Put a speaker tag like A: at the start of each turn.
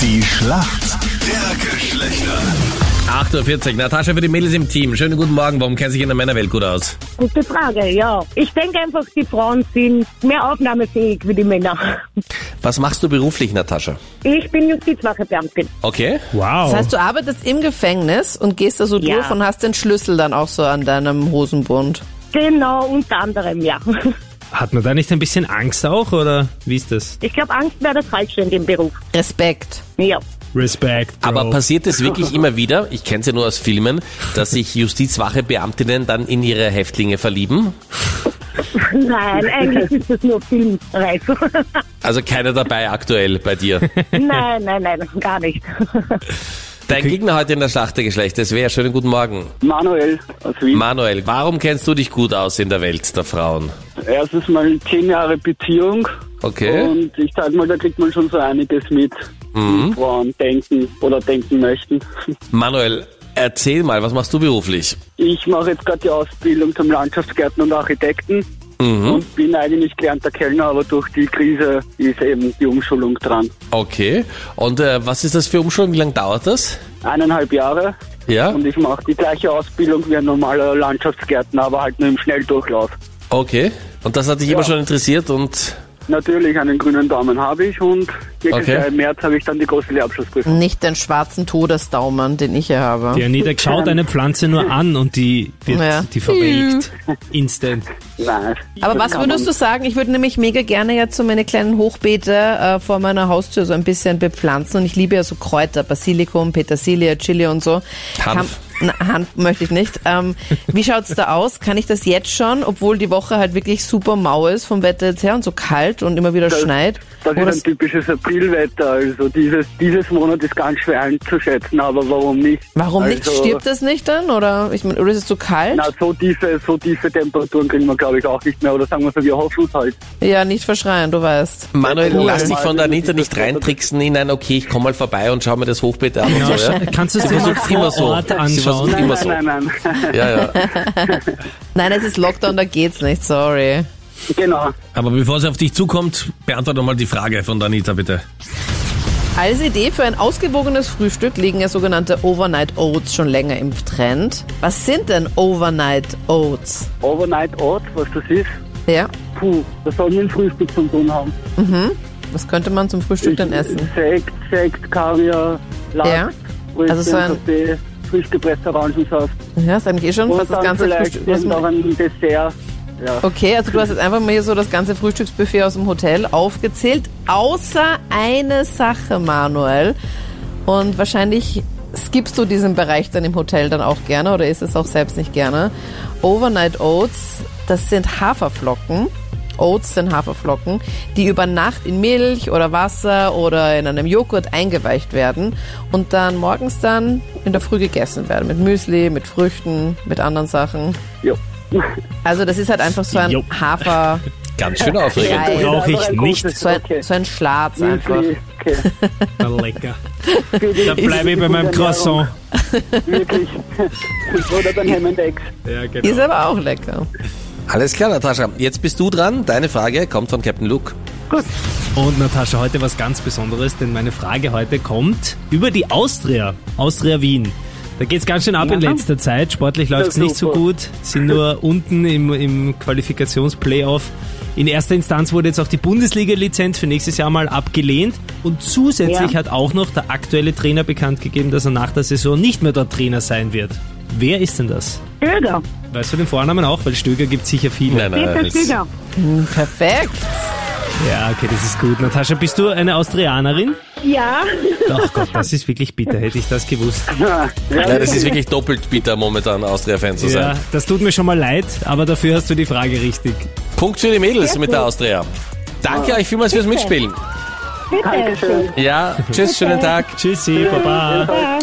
A: Die Schlacht der Geschlechter.
B: 8.40 Uhr. Natascha für die Mädels im Team. Schönen guten Morgen. Warum kennt sich in der Männerwelt gut aus?
C: Gute Frage, ja. Ich denke einfach, die Frauen sind mehr aufnahmefähig wie die Männer.
B: Was machst du beruflich, Natascha?
C: Ich bin Justizwachebeamtin.
B: Okay.
D: Wow.
E: Das heißt, du arbeitest im Gefängnis und gehst da so
C: Ja.
E: durch und hast den Schlüssel dann auch so an deinem Hosenbund.
C: Genau, unter anderem, ja.
D: Hat man da nicht ein bisschen Angst auch oder wie ist das?
C: Ich glaube, Angst wäre das Falsche in dem Beruf.
E: Respekt.
C: Ja.
D: Respekt. Bro.
B: Aber passiert es wirklich immer wieder, ich kenne es ja nur aus Filmen, dass sich Justizwachebeamtinnen dann in ihre Häftlinge verlieben?
C: Nein, eigentlich ist das nur Filmreiz.
B: Also keiner dabei aktuell bei dir.
C: nein, nein, nein, gar nicht.
B: Dein Gegner heute in der Schlacht der Geschlechter ist wer? Schönen guten Morgen.
F: Manuel aus Wien.
B: Manuel, warum kennst du dich gut aus in der Welt der Frauen?
F: Erstens mal zehn Jahre Beziehung.
B: Okay.
F: Und ich sag mal, da kriegt man schon so einiges mit, wie
B: Mhm.
F: Frauen denken oder denken möchten.
B: Manuel, erzähl mal, was machst du beruflich?
F: Ich mache jetzt gerade die Ausbildung zum Landschaftsgärtner und Architekten
B: Mhm.
F: und bin eigentlich gelernter Kellner, aber durch die Krise ist eben die Umschulung dran.
B: Okay. Und äh, was ist das für Umschulung? Wie lange dauert das?
F: Eineinhalb Jahre
B: Ja?
F: und ich mache Um die gleiche Ausbildung wie ein normaler Landschaftsgärtner, aber halt nur im Schnelldurchlauf.
B: Okay. Und das hat dich immer schon interessiert und
F: Natürlich, einen grünen Daumen habe ich und nächstes
B: Okay.
F: Jahr im März habe ich dann die große Lehrabschlussprüfung.
E: Nicht den schwarzen Todesdaumen, den ich hier habe.
D: Die Anita schaut eine Pflanze nur an und die wird,
E: Ja.
D: die verwelkt. Instant.
F: Nein.
E: Aber
F: Genau.
E: was würdest du sagen? Ich würde nämlich mega gerne jetzt so meine kleinen Hochbeete äh, vor meiner Haustür so ein bisschen bepflanzen. Und ich liebe ja so Kräuter, Basilikum, Petersilie, Chili und so.
B: Hanf.
E: Kann, na, Hanf möchte ich nicht. Ähm, wie schaut's da aus? Kann ich das jetzt schon, obwohl die Woche halt wirklich super mau ist vom Wetter jetzt her und so kalt und immer wieder schneit?
F: Das
E: Oder
F: ist ein typisches Aprilwetter, also dieses, dieses Monat ist ganz schwer einzuschätzen, aber warum nicht?
E: Warum nicht?
F: Also,
E: Stirbt es nicht dann? Oder, ich mein, oder ist es zu kalt?
F: Na, so tiefe, so tiefe Temperaturen kriegen wir, glaube ich, auch nicht mehr, oder sagen wir so, wir hoffen es halt.
E: Ja, nicht verschreien, du weißt.
B: Manuel,
F: Ja,
B: lass
F: ja.
B: dich von der Anita nicht reintricksen in ein, okay, ich komm mal vorbei und schau mir das Hochbett an.
D: Genau.
B: Und so, ja?
D: Kannst du es
B: Sie
D: dir so
B: versucht immer
D: vor
B: so.
D: Ort
B: Sie versucht
D: anschauen?
B: immer
F: Nein,
B: so.
F: nein, nein, nein.
B: Ja, ja.
E: Nein, es ist Lockdown, da geht's nicht, sorry.
F: genau.
G: Aber bevor sie auf dich zukommt, beantworte mal die Frage von Danita, bitte.
E: Als Idee für ein ausgewogenes Frühstück liegen ja sogenannte Overnight Oats schon länger im Trend. Was sind denn Overnight Oats?
F: Overnight Oats, was das ist,
E: Ja,
F: puh, das soll mit dem Frühstück zu tun haben.
E: was könnte man zum Frühstück dann essen?
F: Sekt, Sekt, Kaviar, Lachs,
E: Ja.
F: Brötchen,
E: Also so ein-
F: Kaffee, frisch gepresster Orangensaft.
E: Ja, ist eigentlich eh schon fast
F: Und
E: das
F: dann
E: ganze
F: vielleicht
E: Frühstück. Was
F: eben noch
E: man,
F: ein Dessert. Ja.
E: okay, also du hast jetzt einfach mal hier so das ganze Frühstücksbuffet aus dem Hotel aufgezählt, außer eine Sache, Manuel. Und wahrscheinlich skippst du diesen Bereich dann im Hotel dann auch gerne oder isst es auch selbst nicht gerne. Overnight Oats, das sind Haferflocken. Oats sind Haferflocken, die über Nacht in Milch oder Wasser oder in einem Joghurt eingeweicht werden und dann morgens dann in der Früh gegessen werden. Mit Müsli, mit Früchten, mit anderen Sachen.
F: Jo.
E: Also das ist halt einfach so ein
D: Jo.
E: Hafer,
B: Ganz schön aufregend.
E: Geil.
D: Brauche ich
F: Einfach ein
D: nicht.
F: großes-
E: so ein,
F: okay.
E: so ein Schlatz einfach.
F: Müsli, okay.
D: Na, lecker.
F: Da
D: Bleibe ich bei meinem Croissant.
F: Wirklich. Oder beim Ham and Eggs.
D: Ja, genau.
E: Ist aber auch lecker.
B: Alles klar, Natascha. Jetzt bist du dran. Deine Frage kommt von Captain Luke.
D: Und Natascha, heute was ganz Besonderes, denn meine Frage heute kommt über die Austria, Austria Wien. Da geht's ganz schön ab in letzter Zeit. Sportlich läuft's
F: Ja,
D: nicht so
F: super.
D: gut. Sind nur unten im, im Qualifikationsplayoff. In erster Instanz wurde jetzt auch die Bundesliga-Lizenz für nächstes Jahr mal abgelehnt. Und zusätzlich
C: Ja.
D: hat auch noch der aktuelle Trainer bekannt gegeben, dass er nach der Saison nicht mehr dort Trainer sein wird. Wer ist denn das?
C: Öger,
D: Weißt du den Vornamen auch? Weil Stöger gibt's sicher viele.
C: Peter
B: das-
C: Stüger.
E: Perfekt.
D: Ja, okay, das ist gut. Natascha, bist du eine Austrianerin?
C: Ja,
D: Ach Gott, das ist wirklich bitter, hätte ich das gewusst.
F: Ja,
B: Nein, das ist wirklich doppelt bitter, momentan Austria-Fan zu sein.
D: Ja, das tut mir schon mal leid, aber dafür hast du die Frage richtig.
B: Punkt für die Mädels mit der Austria. Danke euch vielmals fürs Mitspielen.
C: bitte.
F: Dankeschön.
B: Ja, tschüss, schönen Tag.
D: Tschüssi, Baba.